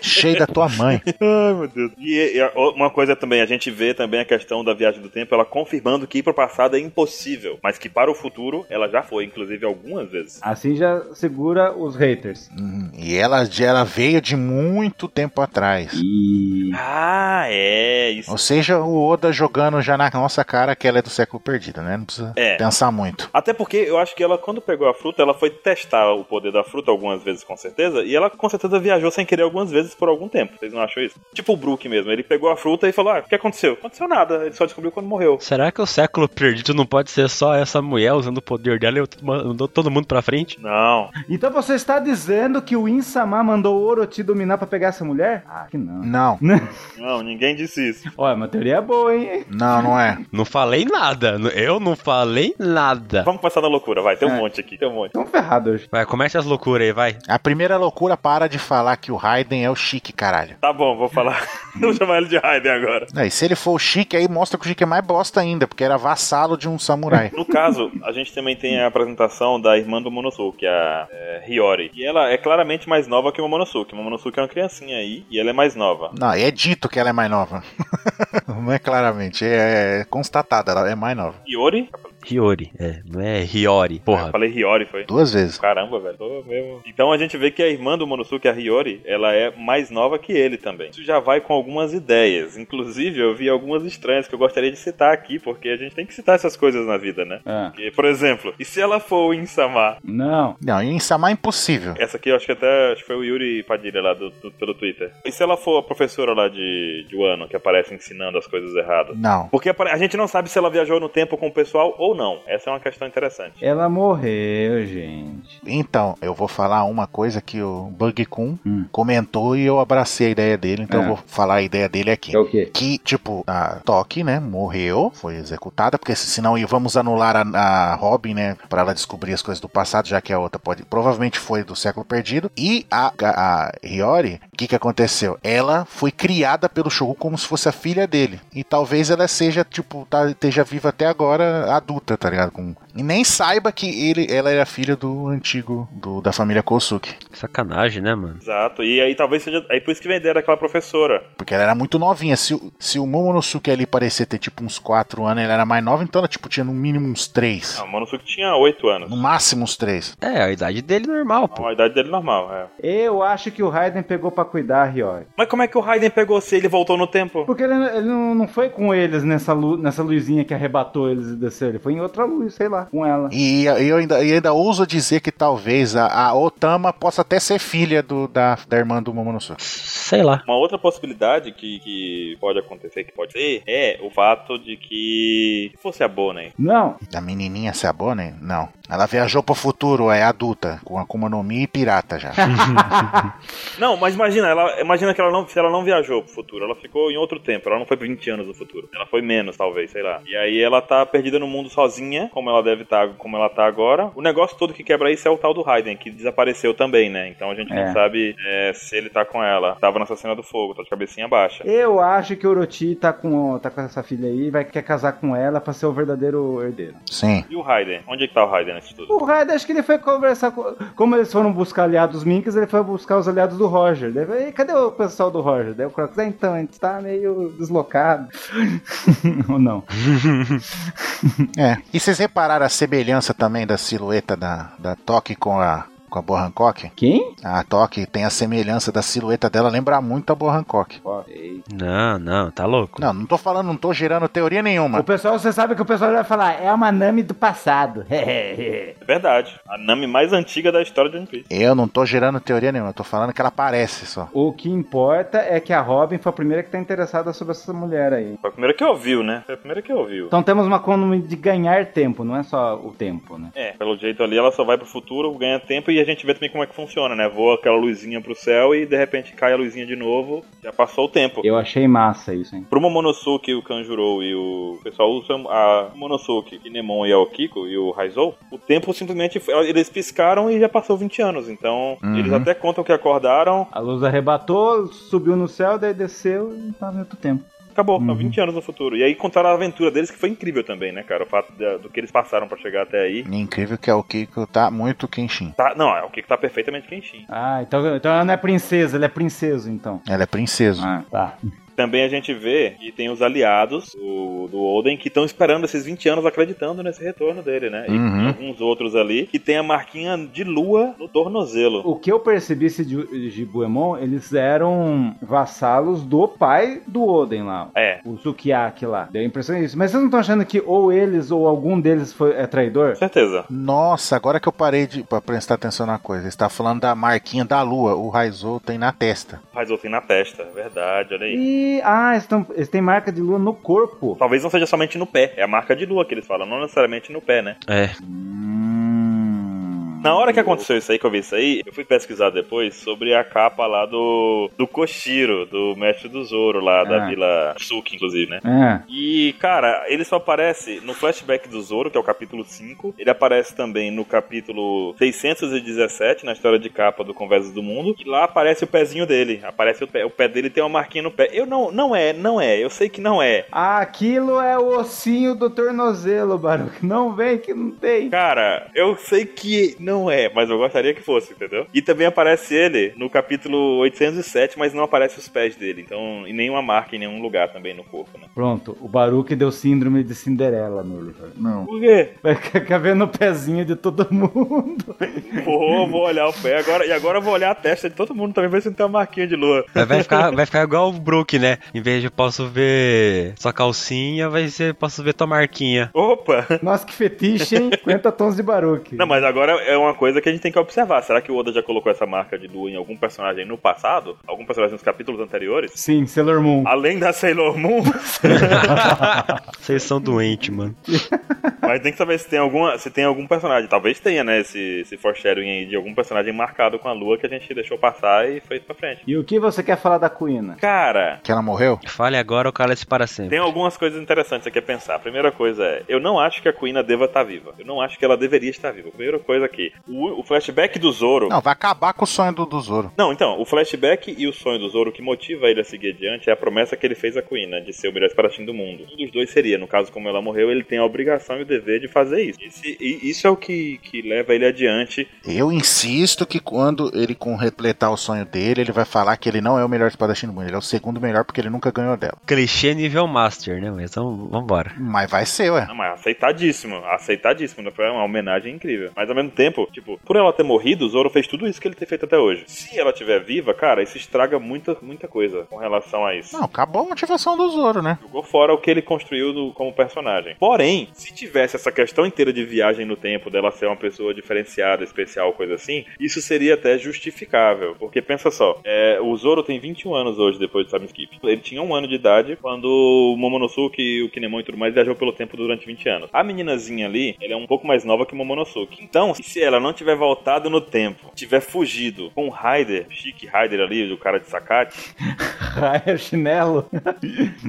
Speaker 4: Cheio da tua mãe.
Speaker 3: *laughs* Ai, meu Deus. E, e a- uma coisa também, a gente vê também a questão da viagem do tempo, ela confirmando que ir pro passado é impossível, mas que para o futuro ela já foi, inclusive algumas vezes.
Speaker 2: Assim já segura os haters.
Speaker 4: Hum, E ela, ela veio de muito tempo atrás.
Speaker 2: E...
Speaker 3: Ah, é, isso.
Speaker 4: Ou seja, o Oda jogando já na nossa cara que ela é do século perdido, né? Não precisa
Speaker 3: É.
Speaker 4: pensar muito.
Speaker 3: Até porque eu acho que ela, quando pegou a fruta, ela foi testar o poder da fruta algumas vezes, com certeza, e ela com certeza viajou sem querer algumas vezes por algum tempo. Vocês não acham isso? Tipo o Brook mesmo, ele pegou a fruta e falou: Ah, o que aconteceu? Aconteceu nada, ele só descobriu quando morreu.
Speaker 1: Será que o século perdido não pode ser só essa mulher usando o poder dela e eu- mandou todo mundo pra frente?
Speaker 3: Não.
Speaker 2: Então você está dizendo que o Insama mandou o Orochi dominar pra pegar essa mulher? Ah, que não.
Speaker 4: Não,
Speaker 3: Não, ninguém disse isso.
Speaker 2: Olha, uma teoria é boa, hein?
Speaker 4: não, não é.
Speaker 1: Não falei nada. N- Eu não falei nada.
Speaker 3: Vamos passar na loucura, vai. Tem um
Speaker 2: É.
Speaker 3: monte aqui, tem um monte.
Speaker 2: Tão ferrado hoje.
Speaker 1: Vai, comece as loucuras aí, vai.
Speaker 4: A primeira loucura para de falar que o Raiden é o chique, caralho.
Speaker 3: Tá bom, vou falar. *laughs* vou chamar ele de Raiden agora.
Speaker 4: Não, e se ele for o Chique, aí mostra que o Chique é mais bosta ainda, porque era vassalo de
Speaker 2: *laughs*
Speaker 4: um samurai.
Speaker 3: No caso, a gente também tem a apresentação da irmã do Monosuke, a é, Hiyori. E ela é claramente mais nova que o Momonosuke. O Momonosuke é uma criancinha aí e ela é mais nova.
Speaker 4: Não, e é dito que ela é mais nova. *laughs* Não é claramente, é constatada, ela é mais nova.
Speaker 3: Hiyori?
Speaker 1: Hiyori. É, não é Hiyori.
Speaker 3: Eu
Speaker 1: Porra.
Speaker 3: falei Hiyori, foi.
Speaker 4: Duas vezes.
Speaker 3: Caramba, velho. Tô mesmo. Então a gente vê que a irmã do Monosuke, a Hiyori, ela é mais nova que ele também. Isso já vai com algumas ideias. Inclusive, eu vi algumas estranhas que eu gostaria de citar aqui, porque a gente tem que citar essas coisas na vida, né?
Speaker 2: Ah,
Speaker 3: Porque, por exemplo, e se ela for o Insama?
Speaker 2: não.
Speaker 4: Não, e em Samar é impossível.
Speaker 3: Essa aqui eu acho que até acho que foi o Yuri Padilha lá do, do- pelo Twitter. E se ela for a professora lá de, de Wano, que aparece ensinando as coisas erradas?
Speaker 4: Não.
Speaker 3: Porque apare- a gente não sabe se ela viajou no tempo com o pessoal ou não. Essa é uma questão interessante.
Speaker 2: Ela morreu, gente.
Speaker 4: Então, eu vou falar uma coisa que o Bug Kun
Speaker 2: Hum.
Speaker 4: comentou e eu abracei a ideia dele, então
Speaker 2: É.
Speaker 4: eu vou falar a ideia dele aqui.
Speaker 2: É o quê?
Speaker 4: Que, tipo, a Toque, né, morreu, foi executada, porque se- senão ia- vamos anular a, a Robin, né, pra ela descobrir as coisas do passado, já que a outra pode, provavelmente foi do século perdido. E a, a, a Hiyori, o que que aconteceu? Ela foi criada pelo Shogun como se fosse a filha dele. E talvez ela seja, tipo, tá, esteja viva até agora, adulta, tá ligado? Com- e nem saiba que ele, ela era filha do antigo, do, da família Kosuke.
Speaker 1: Sacanagem, né, mano?
Speaker 3: Exato. E aí talvez seja. Aí por isso que venderam aquela professora.
Speaker 4: Porque ela era muito novinha. Se, o- se o Momonosuke ali parecia ter tipo uns 4 anos, ela era mais nova, então ela tipo tinha no mínimo uns 3.
Speaker 3: Ah, o Monosuke tinha 8 anos.
Speaker 4: No máximo uns 3.
Speaker 1: É, a idade dele é normal, pô.
Speaker 3: A idade dele normal, é.
Speaker 2: Eu acho que o Raiden pegou pra cuidar a Hiyori.
Speaker 3: Mas como é que o Raiden pegou se ele voltou no tempo?
Speaker 2: Porque ele, ele não, não foi com eles nessa, lu- nessa luzinha que arrebatou eles e desceu. Ele foi em outra luz, sei lá, com ela.
Speaker 4: E eu ainda, eu ainda ouso dizer que talvez a, a Otama possa até ser filha do, da, da irmã do Momonosuke.
Speaker 1: Sei lá.
Speaker 3: Uma outra possibilidade que, que pode acontecer, que pode ser, é o fato de que se fosse a Bonnie.
Speaker 2: Não,
Speaker 4: Da menininha Sabone? Não. Ela viajou pro futuro, é adulta, com Akuma no Mi e pirata já.
Speaker 3: Não, mas imagina, ela, imagina que ela não, se ela não viajou pro futuro, ela ficou em outro tempo, ela não foi 20 anos no futuro, ela foi menos, talvez, sei lá. E aí ela tá perdida no mundo sozinha, como ela deve estar, como ela tá agora. O negócio todo que quebra isso é o tal do Raiden, que desapareceu também, né? Então a gente
Speaker 2: É.
Speaker 3: não sabe é, se ele tá com ela. Tava nessa cena do fogo, tá de cabecinha baixa.
Speaker 2: eu acho que o Orochi tá com, tá com essa filha aí, vai quer casar com ela pra ser o verdadeiro herdeiro.
Speaker 4: Sim.
Speaker 3: E o Raiden? Onde é que tá o Raiden nisso tudo?
Speaker 2: O Raiden, acho que ele foi conversar com. Como eles foram buscar aliados minks, ele foi buscar os aliados do Roger. Daí, "Ei, cadê o pessoal do Roger? Daí o Crocs, "Ah, então, a gente tá meio deslocado. *laughs* Ou não?
Speaker 4: É. E vocês repararam a semelhança também da silhueta da, da Toque com a, com a Boa Hancock?
Speaker 2: Quem?
Speaker 4: A Toque tem a semelhança da silhueta dela, lembra muito a Boa Hancock.
Speaker 1: Não, não, tá louco.
Speaker 4: Não, não tô falando, não tô gerando teoria nenhuma.
Speaker 2: O pessoal, você sabe que o pessoal vai falar, é uma Nami do passado. *laughs*
Speaker 3: É verdade. A Nami mais antiga da história de One Piece.
Speaker 4: Eu não tô gerando teoria nenhuma, eu tô falando que ela aparece só.
Speaker 2: o que importa é que a Robin foi a primeira que tá interessada sobre essa mulher aí.
Speaker 3: Foi a primeira que ouviu, né? Foi a primeira que ouviu.
Speaker 2: Então temos uma conta de ganhar tempo, não é só o tempo, né?
Speaker 3: É, pelo jeito ali ela só vai pro futuro, ganha tempo e a gente vê também como é que funciona, né? Voa aquela luzinha pro céu e de repente cai a luzinha de novo, já passou o tempo.
Speaker 2: Eu achei massa isso, hein?
Speaker 3: Pro Momonosuke, o Kanjuro e o o pessoal usam a Momonosuke, Kinemon e o Kiko e o Raizou, o tempo simplesmente foi- eles piscaram e já passou 20 anos. Então,
Speaker 4: Uhum.
Speaker 3: eles até contam que acordaram,
Speaker 2: A luz arrebatou, subiu no céu, daí desceu e tava em outro tempo.
Speaker 3: acabou, tá
Speaker 2: Uhum.
Speaker 3: 20 anos no futuro. E aí contaram a aventura deles que foi incrível também, né, cara? O fato da- do que eles passaram pra chegar até
Speaker 2: Uhum.
Speaker 3: aí.
Speaker 4: E Incrível que é o Kiko tá muito Kenshin.
Speaker 3: Tá, não, é o Kiko tá perfeitamente quentinho.
Speaker 2: Ah, então, então ela não é princesa, ela é princesa, então.
Speaker 4: Ela é princesa.
Speaker 2: Ah, tá.
Speaker 3: Também a gente vê que tem os aliados o- do Oden que estão esperando esses 20 anos acreditando nesse retorno dele, né? E
Speaker 4: Uhum.
Speaker 3: alguns outros ali que tem a marquinha de lua no tornozelo.
Speaker 2: O que eu percebi esse de de Buemon, eles eram vassalos do pai do Oden lá.
Speaker 3: É,
Speaker 2: O Sukiyaki lá. Deu a impressão disso. Mas vocês não estão achando que ou eles ou algum deles foi, é traidor?
Speaker 3: com certeza.
Speaker 4: Nossa, agora que eu parei de pra prestar atenção na coisa, está falando da marquinha da lua, o Raizou tem na testa.
Speaker 3: Faz outro na testa, é verdade, olha aí.
Speaker 2: E. Ah, eles, tão, eles têm marca de lua no corpo.
Speaker 3: Talvez não seja somente no pé, é a marca de lua que eles falam, não necessariamente no pé, né?
Speaker 1: É.
Speaker 2: Hum.
Speaker 3: Na hora que aconteceu isso aí, que eu vi isso aí, eu fui pesquisar depois sobre a capa lá do, do Koshiro, do mestre do Zoro lá, da
Speaker 2: Ah.
Speaker 3: Vila Suki, inclusive, né?
Speaker 2: É.
Speaker 3: E, cara, ele só aparece no flashback do Zoro, que é o capítulo 5. Ele aparece também no capítulo 617, na história de capa do Conversas do Mundo. E lá aparece o pezinho dele. Aparece o pé. O pé dele tem uma marquinha no pé. Eu não, não é, não é. Eu sei que não é.
Speaker 2: Aquilo é o ossinho do tornozelo, Baruque. Não vem que não tem.
Speaker 3: Cara, eu sei que não é, mas eu gostaria que fosse, entendeu? E também aparece ele no capítulo 807, mas não aparece os pés dele. Então, e nenhuma marca em nenhum lugar também no corpo, né?
Speaker 2: Pronto, o Baruque deu síndrome de Cinderela no livro. Não.
Speaker 3: Por quê?
Speaker 2: Vai ficar vendo o pezinho de todo mundo. *laughs*
Speaker 3: Pô, vou olhar o pé agora. E agora eu vou olhar a testa de todo mundo também, ver se não tem uma marquinha de lua.
Speaker 1: Vai- Vai ficar, vai ficar igual o Brook, né? Em vez de eu posso ver sua calcinha, vai ser posso ver tua marquinha.
Speaker 3: Opa!
Speaker 2: Nossa, que fetiche, hein? 50 tons de Baruque.
Speaker 3: Não, mas agora é uma coisa que a gente tem que observar. Será que o Oda já colocou essa marca de lua em algum personagem no passado? Algum personagem nos capítulos anteriores?
Speaker 2: Sim, Sailor Moon.
Speaker 3: Além da Sailor Moon?
Speaker 1: *laughs* Vocês são doentes, mano.
Speaker 3: mas tem que saber se tem alguma, se tem algum personagem. Talvez tenha, né, esse, esse foreshadowing aí de algum personagem marcado com a lua que a gente deixou passar e foi pra frente.
Speaker 2: E o que você quer falar da Cuina?
Speaker 3: Cara,
Speaker 4: Que ela morreu?
Speaker 1: Fale agora ou cala-se para sempre.
Speaker 3: Tem algumas coisas interessantes aqui a pensar. A primeira coisa é, eu não acho que a Queen deva estar viva. Eu não acho que ela deveria estar viva. Primeira coisa aqui, o, o flashback do Zoro. Não.
Speaker 4: Não, vai acabar com o sonho do, do Zoro.
Speaker 3: então, o flashback e o sonho do Zoro que motiva ele a seguir adiante é a promessa que ele fez à Queen, né, de ser o melhor espadachim do mundo. Um dos dois seria, no caso, como ela morreu, ele tem a obrigação e o dever de fazer isso. Esse- e isso é o que, que leva ele adiante.
Speaker 4: Eu insisto que quando ele completar o sonho dele, ele vai falar que ele não é o melhor espadachim do mundo, ele é o segundo melhor porque ele nunca ganhou dela.
Speaker 1: Clichê nível master, né? Mas então, vambora.
Speaker 4: Mas vai ser, ué.
Speaker 3: Ah, mas aceitadíssimo, aceitadíssimo, né? Foi uma homenagem incrível. Mas ao mesmo tempo, tipo, por ela ter morrido, o Zoro fez tudo isso que ele tem feito até hoje. Se ela tiver viva, cara, isso estraga muita, muita coisa com relação a isso.
Speaker 4: Não, acabou a motivação do Zoro, né?
Speaker 3: Jogou fora o que ele construiu no- como personagem. Porém, se tiver tivesse essa questão inteira de viagem no tempo, dela ser uma pessoa diferenciada, especial, coisa assim, isso seria até justificável. Porque pensa só, é, o Zoro tem 21 anos hoje depois do Time Skip. Ele tinha um ano de idade quando o Momonosuke, o Kinemon e tudo mais viajou pelo tempo durante 20 anos. A meninazinha ali, ela é um pouco mais nova que o Momonosuke. Então, se ela não tiver voltado no tempo, tiver fugido com o Raider, Chique Raider ali, o cara de sacate,
Speaker 2: *laughs* Raia, chinelo.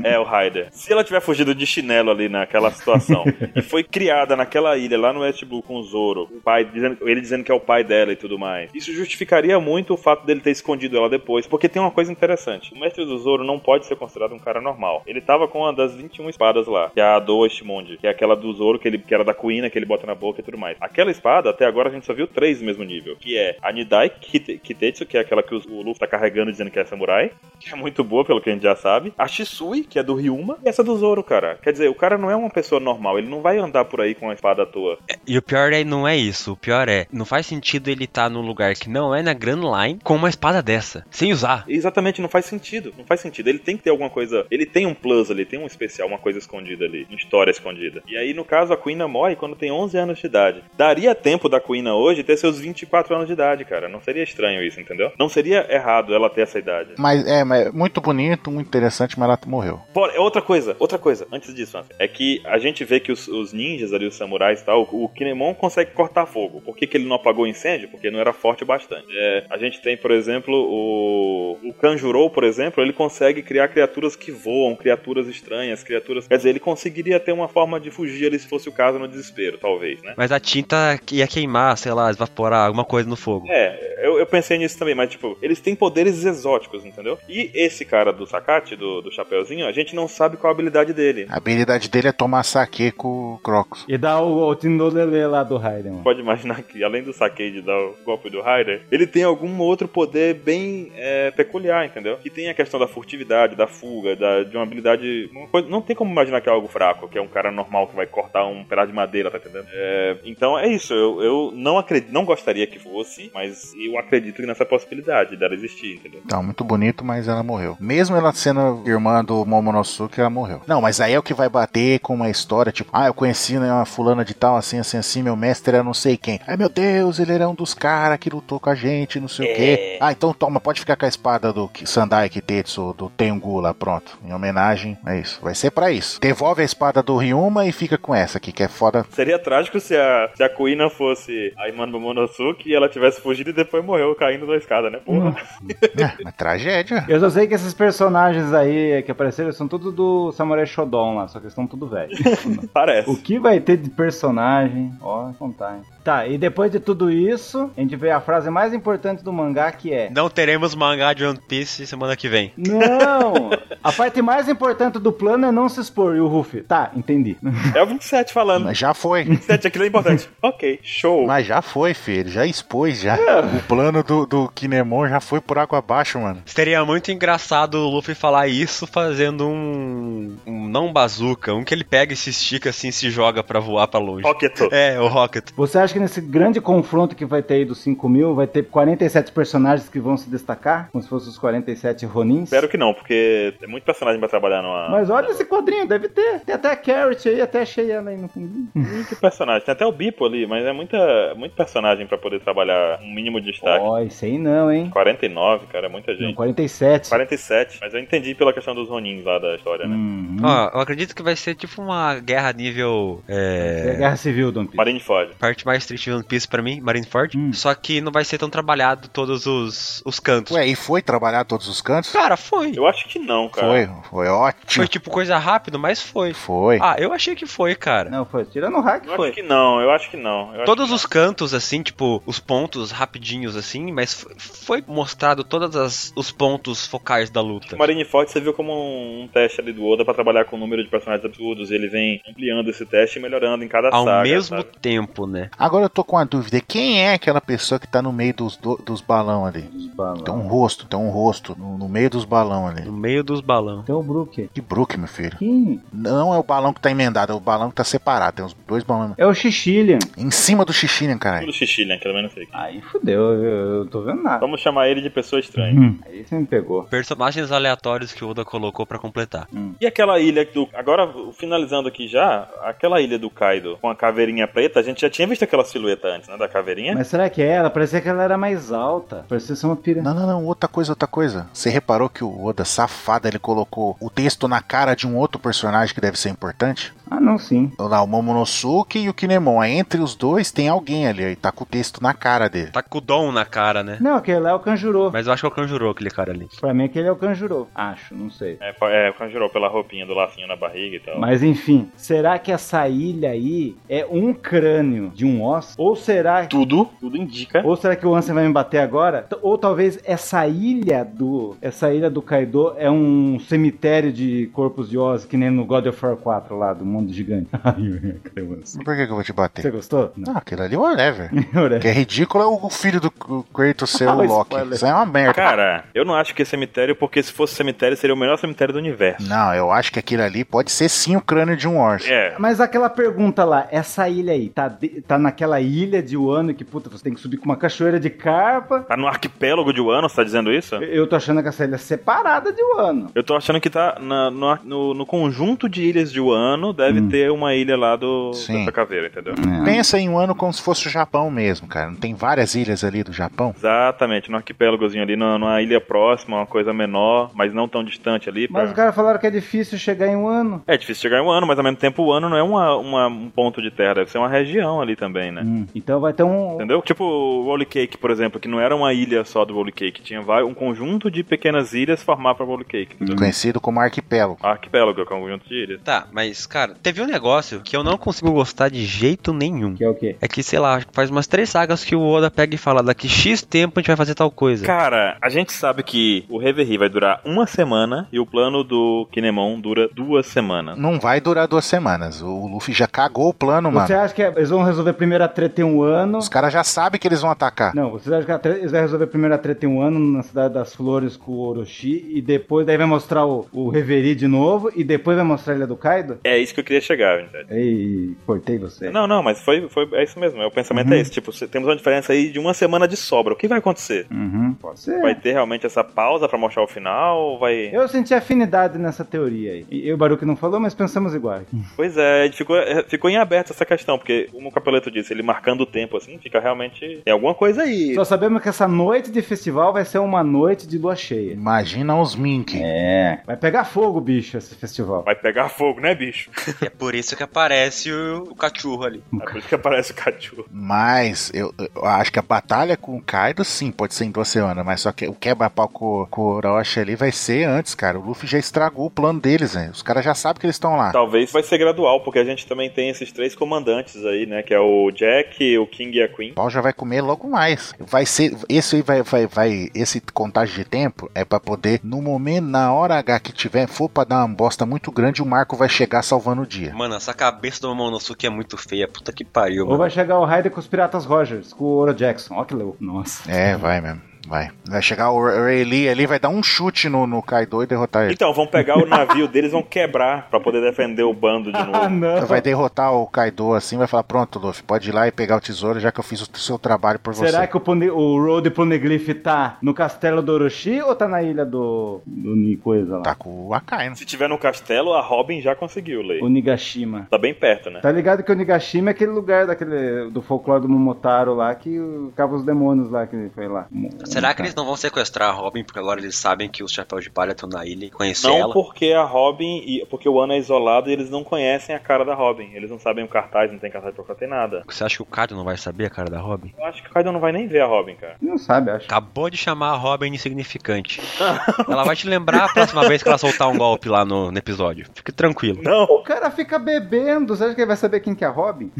Speaker 3: é o Raider. Se ela tiver fugido de chinelo ali naquela situação e foi criada naquela ilha lá no West Blue com o Zoro, o pai dizendo- ele dizendo que é o pai dela e tudo mais, isso justificaria muito o fato dele ter escondido ela depois, porque tem uma coisa interessante. O mestre do Zoro não pode ser considerado um cara normal. Ele tava com uma das 21 espadas lá, que é a do Ishimond, que é aquela do Zoro que ele que era da Kuina que ele bota na boca e tudo mais. Aquela espada até agora a gente só viu três do mesmo nível, que é a Nidai Kite- Kitetsu, que é aquela que o o Luffy tá carregando dizendo que é samurai, que é muito boa, pelo que a gente já sabe. A Shisui, que é do Ryuma, e essa do Zoro, cara. Quer dizer, o cara não é uma pessoa normal, ele não vai andar por aí com a espada à toa.
Speaker 1: E o pior é, não é isso. O pior é, não faz sentido ele estar num lugar que não é na Grand Line com uma espada dessa, sem usar.
Speaker 3: Exatamente, não faz sentido. Não faz sentido. Ele tem que ter alguma coisa. Ele tem um plus ali, tem um especial, uma coisa escondida ali, uma história escondida. E aí, no caso, a Quina morre quando tem 11 anos de idade. Daria tempo da Quina hoje ter seus 24 anos de idade, cara. Não seria estranho isso, entendeu? Não seria errado ela ter essa idade.
Speaker 4: Mas é, mas, muito bonito, muito interessante, mas ela morreu.
Speaker 3: Bora, é outra coisa, outra coisa, antes disso, Anson, é que a gente vê que os, os ninjas ali, os samurais e tal, o, o Kinemon consegue cortar fogo. Por que, que ele não apagou o incêndio? Porque não era forte o bastante. É, a gente tem, por exemplo, o, o Kanjuro, por exemplo, ele consegue criar criaturas que voam, criaturas estranhas, criaturas. Quer dizer, ele conseguiria ter uma forma de fugir ali se fosse o caso no desespero, talvez, né?
Speaker 1: Mas a tinta ia queimar, sei lá, evaporar alguma coisa no fogo.
Speaker 3: É, eu, eu pensei nisso também, mas tipo, eles têm poderes exóticos, entendeu? E esse cara do Sakati, do, do Chapeuzinho, a gente não sabe qual a habilidade dele.
Speaker 4: A habilidade dele é tomar saque com o Crocs.
Speaker 2: E dá o, o Tindolele lá do Raiden, mano.
Speaker 3: pode imaginar que, além do saque de dar o golpe do Raider, ele tem algum outro poder bem é, peculiar, entendeu? Que tem a questão da furtividade, da fuga, da- de uma habilidade. uma coisa- não tem como imaginar que é algo fraco, que é um cara normal que vai cortar um pedaço de madeira, tá entendendo? É, então é isso. Eu, eu não acredito, não gostaria que fosse, mas eu acredito nessa possibilidade dela existir, entendeu?
Speaker 4: Então, muito bonito, mas ela morreu. Mesmo ela sendo irmã do Momonosuke, ela morreu. Não, mas aí é o que vai bater com uma história, tipo, ah, eu conheci né, uma fulana de tal, assim, assim, assim, meu mestre era não sei quem. Ai, meu Deus, ele era um dos caras que lutou com a gente, não sei o quê. Ah, então toma, pode ficar com a espada do Ki- Sandai Kitetsu, do Tengu lá, pronto. Em homenagem, é isso. Vai ser pra isso. Devolve a espada do Ryuma e fica com essa aqui, que é foda.
Speaker 3: Seria trágico se a, se a Kuina fosse a irmã do Momonosuke e ela tivesse fugido e depois morreu caindo da escada, né? Porra.
Speaker 4: É, uma tragédia.
Speaker 2: Eu só sei que esses personagens aí que apareceram são todos do Samurai Shodown lá, só que eles estão tudo velho.
Speaker 3: *laughs* Parece.
Speaker 2: o que vai ter de personagem? Ó, contar, hein? Tá, e depois de tudo isso, a gente vê a frase mais importante do mangá que é.
Speaker 1: Não teremos mangá de One Piece semana que vem.
Speaker 3: *laughs*
Speaker 2: Não! A parte mais importante do plano é não se expor. E o Ruffy? Tá, entendi.
Speaker 3: É o 27 falando.
Speaker 4: Mas já
Speaker 1: *laughs*
Speaker 4: foi.
Speaker 3: 27, aquilo
Speaker 2: *laughs*
Speaker 3: é importante. ok, show.
Speaker 4: Mas já foi, filho. Já expôs, já.
Speaker 1: É.
Speaker 4: O plano do, do Kinemon já foi por água abaixo, mano.
Speaker 1: Seria muito engraçado o Luffy falar isso fazendo um, um não bazuca, um que ele pega e se estica assim e se joga pra voar pra longe.
Speaker 3: Rocket.
Speaker 1: É, o Rocket.
Speaker 2: Você acha que nesse grande confronto que vai ter aí dos 5 mil, vai ter 47 personagens que vão se destacar? Como se fossem os 47 Ronins?
Speaker 3: Espero que não, porque é muito personagem pra trabalhar numa.
Speaker 2: Mas olha esse quadrinho, deve ter. Tem até a Carrot aí, até achei ela aí no fundinho.
Speaker 3: Muito personagem. Tem até o Bipo ali, mas é muita, muito personagem pra poder trabalhar um mínimo de destaque.
Speaker 2: Ó, isso aí não, hein?
Speaker 3: 49, cara, é muita
Speaker 2: Não,
Speaker 3: gente.
Speaker 2: 47.
Speaker 3: 47, mas eu entendi pela questão dos Ronins lá da história, né?
Speaker 2: Uhum.
Speaker 1: Ó, eu acredito que vai ser tipo uma guerra nível.
Speaker 2: É a
Speaker 1: É.
Speaker 2: Guerra Civil, Don Pedro.
Speaker 3: Marineford.
Speaker 1: Parte mais triste de One Piece pra mim, Marineford.
Speaker 2: Hum.
Speaker 1: Só que não vai ser tão trabalhado todos os, os cantos.
Speaker 4: Ué, e foi trabalhar todos os cantos?
Speaker 1: Cara, foi.
Speaker 3: Eu acho que não, cara.
Speaker 4: Foi, foi ótimo.
Speaker 1: Foi tipo coisa rápida, mas foi.
Speaker 4: Foi.
Speaker 1: Ah, eu achei que foi, cara.
Speaker 2: Não, foi tirando o hack.
Speaker 3: Eu acho
Speaker 1: Foi.
Speaker 3: que não, eu acho que não. Eu acho
Speaker 1: Todos
Speaker 3: que
Speaker 1: os cantos, assim, tipo, os pontos rapidinhos, assim, mas f- foi mostrado todos os pontos focais da luta.
Speaker 3: O Marineford serviu como um, um teste ali do Oda pra trabalhar um com o número de personagens absurdos. E ele vem ampliando esse teste e melhorando em cada
Speaker 1: Ao
Speaker 3: saga.
Speaker 1: mesmo
Speaker 3: sabe?
Speaker 1: tempo, né?
Speaker 4: Ah, Agora eu tô com uma dúvida. Quem é aquela pessoa que tá no meio dos, do- dos balão ali?
Speaker 2: Os balão.
Speaker 4: Tem um rosto, tem um rosto no, no meio dos balão ali.
Speaker 1: No meio dos balão.
Speaker 2: Tem o Brook.
Speaker 4: Que Brook, meu filho.
Speaker 2: Quem?
Speaker 4: Não é o balão que tá emendado, é o balão que tá separado. Tem uns dois balões
Speaker 2: É o Xixilian.
Speaker 4: em cima do xixi, caralho.
Speaker 3: Tudo xixi, né? Que eu também não sei.
Speaker 2: Aí fudeu, eu, eu tô vendo nada.
Speaker 3: Vamos chamar ele de pessoa estranha.
Speaker 2: Hum. Aí você me pegou.
Speaker 1: Personagens aleatórios que o Oda colocou pra completar.
Speaker 3: E aquela ilha do. Agora, finalizando aqui já, aquela ilha do Kaido com a caveirinha preta, a gente já tinha visto aquela silhueta antes, né? Da caveirinha.
Speaker 2: Mas será que é ela? Parecia que ela era mais alta. Parecia ser uma piranha.
Speaker 4: Não, não, não, outra coisa, outra coisa. Você reparou que o Oda, safado, ele colocou o texto na cara de um outro personagem que deve ser importante?
Speaker 2: Ah, não, sim.
Speaker 4: Lá, o Momonosuke e o Kinemon. Aí entre os dois tem alguém ali, aí tá com o texto na cara dele.
Speaker 1: Tá com o dom na cara, né?
Speaker 2: Não, aquele lá é o Kanjuro.
Speaker 1: Mas eu acho que é o Kanjuro aquele cara ali.
Speaker 2: Pra mim aquele é o Kanjuro. Acho, não sei.
Speaker 3: É, pa- é, conjurou pela roupinha do lacinho na barriga e tal.
Speaker 2: Mas enfim, será que essa ilha aí é um crânio de um osso? Ou será que.
Speaker 3: Tudo, tudo indica.
Speaker 2: Ou será que o Ansem vai me bater agora? T- Ou talvez essa ilha do. Essa ilha do Kaido é um cemitério de corpos de Oz, que nem no God of War 4 lá, do mundo gigante. *laughs* Ai, cadê o Ansem?
Speaker 4: Por que, que eu vou te bater?
Speaker 2: Você gostou? Não.
Speaker 4: Ah, aquele ali é whatever. O que
Speaker 2: Ora,
Speaker 4: é ridículo é o filho do K-
Speaker 3: *laughs*
Speaker 4: Kratos ser o
Speaker 2: Ah,
Speaker 4: Loki.
Speaker 2: spoiler.
Speaker 4: Isso aí é uma merda.
Speaker 3: Cara, eu não acho que é cemitério, porque se fosse cemitério, seria o melhor cemitério do universo.
Speaker 4: Não, eu acho que aquilo ali pode ser sim o crânio de um orc.
Speaker 3: É.
Speaker 2: Mas aquela pergunta lá, essa ilha aí, tá, de- tá naquela ilha de Wano que, puta, você tem que subir com uma cachoeira de carpa?
Speaker 3: Tá no arquipélago de Wano, você tá dizendo isso?
Speaker 2: Eu- Eu tô achando que essa ilha é separada de Wano.
Speaker 3: Eu tô achando que tá na- no, ar- no- no conjunto de ilhas de Wano, deve ter uma ilha lá do,
Speaker 4: Sim.
Speaker 3: dessa caveira, entendeu?
Speaker 2: É.
Speaker 4: Pensa em um ano como se fosse o Japão mesmo, cara. Não tem várias ilhas ali do Japão?
Speaker 3: Exatamente, no arquipélagozinho ali, numa, numa ilha próxima, uma coisa menor, mas não tão distante ali. pra-
Speaker 2: Mas os caras falaram que é difícil chegar em Wano.
Speaker 3: É difícil chegar em um ano, mas ao mesmo tempo o ano não é uma, uma- um ponto de terra, deve ser uma região ali também, né?
Speaker 2: Hum, Então vai ter um.
Speaker 3: Entendeu? Tipo o Roll Cake, por exemplo, que não era uma ilha só do Roll Cake, tinha vai- um conjunto de pequenas ilhas formar pra Roll Cake. entendeu?
Speaker 4: Conhecido como arquipélago.
Speaker 3: Arquipélago, é um conjunto de ilhas.
Speaker 1: Tá, mas, cara, teve um negócio que eu não consigo gostar de jeito nenhum.
Speaker 2: Que é o quê?
Speaker 1: É que, sei lá, acho que faz umas três sagas que o Oda pega e fala: daqui X tempo a gente vai fazer tal coisa.
Speaker 3: Cara, a gente sabe que o Reverie vai durar uma semana e o plano do Kinemon dura duas semanas.
Speaker 4: Não vai durar duas semanas. O Luffy já cagou o plano, mano.
Speaker 2: Você é acha que eles vão resolver primeiro a treta em um ano?
Speaker 4: Os caras já sabem que eles vão atacar.
Speaker 2: Não, vocês acham que a tre- eles vão resolver primeiro a treta em um ano na Cidade das Flores com o Orochi e depois daí vai mostrar o, o Reverie de novo e depois vai mostrar a Ilha do Kaido?
Speaker 3: É isso que eu queria chegar, entende?
Speaker 2: Ei, cortei você.
Speaker 3: Não, não, mas foi, foi, é isso mesmo. é, O pensamento é esse. Tipo, cê- temos uma diferença aí de uma semana de sobra. O que vai acontecer?
Speaker 2: Uhum, pode ser.
Speaker 3: Vai ter realmente essa pausa pra mostrar o final? ou Vai.
Speaker 2: Eu senti afinidade nessa teoria aí. E e o Baruque não falou, mas pensamos igual.
Speaker 3: Pois é, ficou, é, ficou em aberto essa questão, porque como o Capeloto disse, ele marcando o tempo assim, fica realmente. Tem alguma coisa aí.
Speaker 2: Só sabemos que essa noite de festival vai ser uma noite de lua cheia.
Speaker 4: Imagina os Mink.
Speaker 2: É. Vai pegar fogo, bicho, esse festival.
Speaker 3: Vai pegar fogo, né, bicho?
Speaker 1: É por isso que aparece o, cachorro ali.
Speaker 3: É por isso que aparece o cachorro.
Speaker 4: Mas eu, eu acho que a batalha com o Kaido, sim, pode ser em duas semanas. Mas só que o quebra-pau com, com o Orochi ali vai ser antes, cara. O Luffy já estragou o plano deles, né? Os caras já sabem que eles estão lá.
Speaker 3: Talvez vai ser gradual, porque a gente também tem esses três comandantes aí, né? Que é o Jack, o King e a Queen.
Speaker 4: O pau já vai comer logo mais. Vai ser. Esse aí vai, vai, vai. Esse contagem de tempo é pra poder, no momento, na hora H que tiver, for pra dar uma bosta muito grande, o Marco vai chegar salvando o dia.
Speaker 1: Mano, essa cabeça do Momonosuke é muito feia. Puta que pariu,
Speaker 2: Ou
Speaker 1: mano.
Speaker 2: vai chegar o Raider com os Piratas Rogers, com o Oro Jackson. Ó que louco. Nossa.
Speaker 4: É, vai mesmo. Vai. Vai chegar o Ray Lee ali, vai dar um chute no, no Kaido e derrotar ele.
Speaker 3: Então, vão pegar o navio deles, vão quebrar pra poder defender o bando
Speaker 2: *laughs*
Speaker 3: de
Speaker 2: Ah,
Speaker 3: novo.
Speaker 2: não.
Speaker 4: Vai derrotar o Kaido assim, vai falar: Pronto, Luffy, pode ir lá e pegar o tesouro, já que eu fiz o seu trabalho por você.
Speaker 2: Será que o, Pone... o Road Poneglyph tá no castelo do Orochi ou tá na ilha do. do Ni- coisa lá?
Speaker 4: Tá com o Akainu.
Speaker 3: Se tiver no castelo, a Robin já conseguiu, Lei.
Speaker 2: O Nigashima.
Speaker 3: Tá bem perto, né?
Speaker 2: Tá ligado que o Nigashima é aquele lugar daquele, do folclore do Momotaro lá que cava os demônios lá que foi lá.
Speaker 1: Será que eles não vão sequestrar a Robin? Porque agora eles sabem que os chapéus de palha estão na ilha e conhecer
Speaker 3: Não
Speaker 1: ela.
Speaker 3: porque a Robin e porque o Ana é isolado e eles não conhecem a cara da Robin. Eles não sabem o cartaz, não tem cartaz pra tem nada.
Speaker 1: Você acha que o Kaido não vai saber a cara da Robin?
Speaker 3: Eu acho que o Kaido não vai nem ver a Robin, cara.
Speaker 2: Não sabe, acho.
Speaker 1: Acabou de chamar a Robin insignificante. *laughs* ela vai te lembrar a próxima vez que ela soltar um golpe lá no, no episódio. Fique tranquilo.
Speaker 3: Não, *laughs*
Speaker 2: O cara fica bebendo, você acha que ele vai saber quem que é a Robin?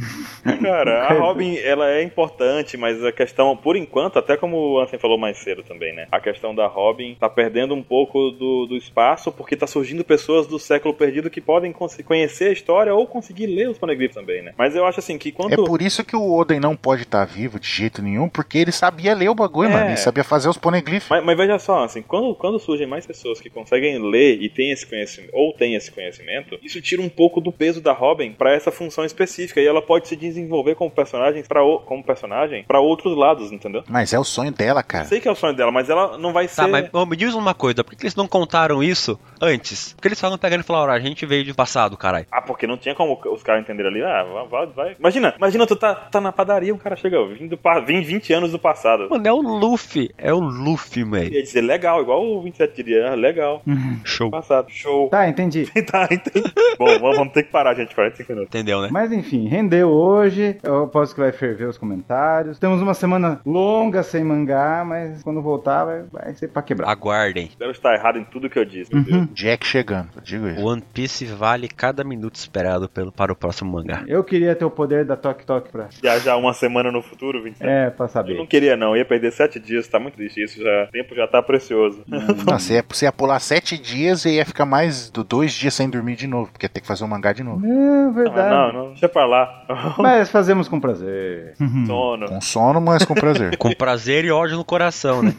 Speaker 3: cara, a Robin ela é importante, mas a questão, por enquanto, até como o Ansem falou mais mais cedo também, né? A questão da Robin tá perdendo um pouco do, do espaço porque tá surgindo pessoas do século perdido que podem cons- conhecer a história ou conseguir ler os panegrifos também, né? Mas eu acho assim que quando.
Speaker 4: É por isso que o Oden não pode estar vivo de jeito nenhum, porque ele sabia ler o bagulho,
Speaker 3: É.
Speaker 4: mano. Ele sabia fazer os poneglyphs.
Speaker 3: Mas, mas veja só, assim, quando, quando surgem mais pessoas que conseguem ler e têm esse conhecimento, ou têm esse conhecimento, isso tira um pouco do peso da Robin pra essa função específica e ela pode se desenvolver como personagem para como personagem para outros lados, entendeu?
Speaker 4: Mas é o sonho dela, cara.
Speaker 3: Sei que é o sonho dela, mas ela não vai ser.
Speaker 1: Tá, mas ó, me diz uma coisa, por que que eles não contaram isso antes? Por que eles falam pegando e falaram, "Ó, a gente veio de passado, caralho?
Speaker 3: Ah, porque não tinha como os caras entenderem ali. Ah, vai, vai, vai. Imagina, imagina, tu tá, tá na padaria, um cara chega, vindo do pa- vim 20 anos do passado.
Speaker 1: Mano, é o Luffy, é o Luffy, man.
Speaker 3: Ia dizer, legal, igual o 27 diria, ah, legal.
Speaker 1: Show.
Speaker 3: Passado, show.
Speaker 2: Tá, entendi.
Speaker 3: *laughs* Tá, entendi. Bom, vamos vamos ter que parar, gente, 45 minutos.
Speaker 1: Entendeu, né?
Speaker 2: Mas enfim, rendeu hoje. Eu aposto que vai ferver os comentários. Temos uma semana longa sem mangá, mas quando voltar vai, vai ser pra quebrar.
Speaker 1: Aguardem.
Speaker 3: Devo estar errado em tudo que eu disse, meu Deus.
Speaker 4: Jack chegando, eu digo isso.
Speaker 1: One Piece vale cada minuto esperado pelo, para o próximo mangá.
Speaker 2: Eu queria ter o poder da Tok Tok pra.
Speaker 3: Viajar uma semana no futuro, 27.
Speaker 2: É, pra
Speaker 3: Eu não
Speaker 2: saber.
Speaker 3: queria, não. Eu ia perder sete dias, tá muito triste isso. Já, o tempo já tá precioso.
Speaker 4: Não, você, ia, você ia pular sete dias e ia ficar mais do dois dias sem dormir de novo, porque ia ter que fazer um mangá de novo.
Speaker 2: É verdade. Hum.
Speaker 3: Não, Ah, não, deixa pra lá. *laughs*
Speaker 2: Mas fazemos com prazer.
Speaker 3: Sono.
Speaker 4: Com sono, mas
Speaker 2: *laughs*
Speaker 4: com prazer.
Speaker 1: Com prazer e ódio no coração, né?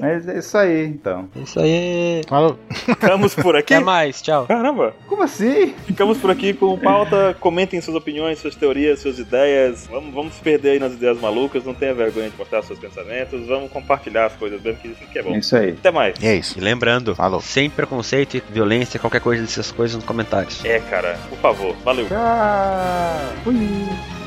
Speaker 2: Mas é isso aí, então.
Speaker 1: É *laughs* Isso aí.
Speaker 4: Falou.
Speaker 3: Ficamos por aqui.
Speaker 1: Até mais, tchau.
Speaker 3: Caramba.
Speaker 2: Como assim?
Speaker 3: Ficamos por aqui com pauta. Comentem suas opiniões, suas teorias, suas ideias. Vamos, vamos se perder aí nas ideias malucas. Não tenha vergonha de mostrar seus pensamentos. Vamos compartilhar as coisas bem, que isso que é
Speaker 2: É
Speaker 3: bom.
Speaker 2: isso aí.
Speaker 3: Até mais.
Speaker 4: E é isso.
Speaker 1: E lembrando,
Speaker 4: Falou.
Speaker 1: sem preconceito e violência, qualquer coisa dessas coisas nos comentários.
Speaker 3: É, cara. Por favor. Valeu.
Speaker 2: Tchau. Fui.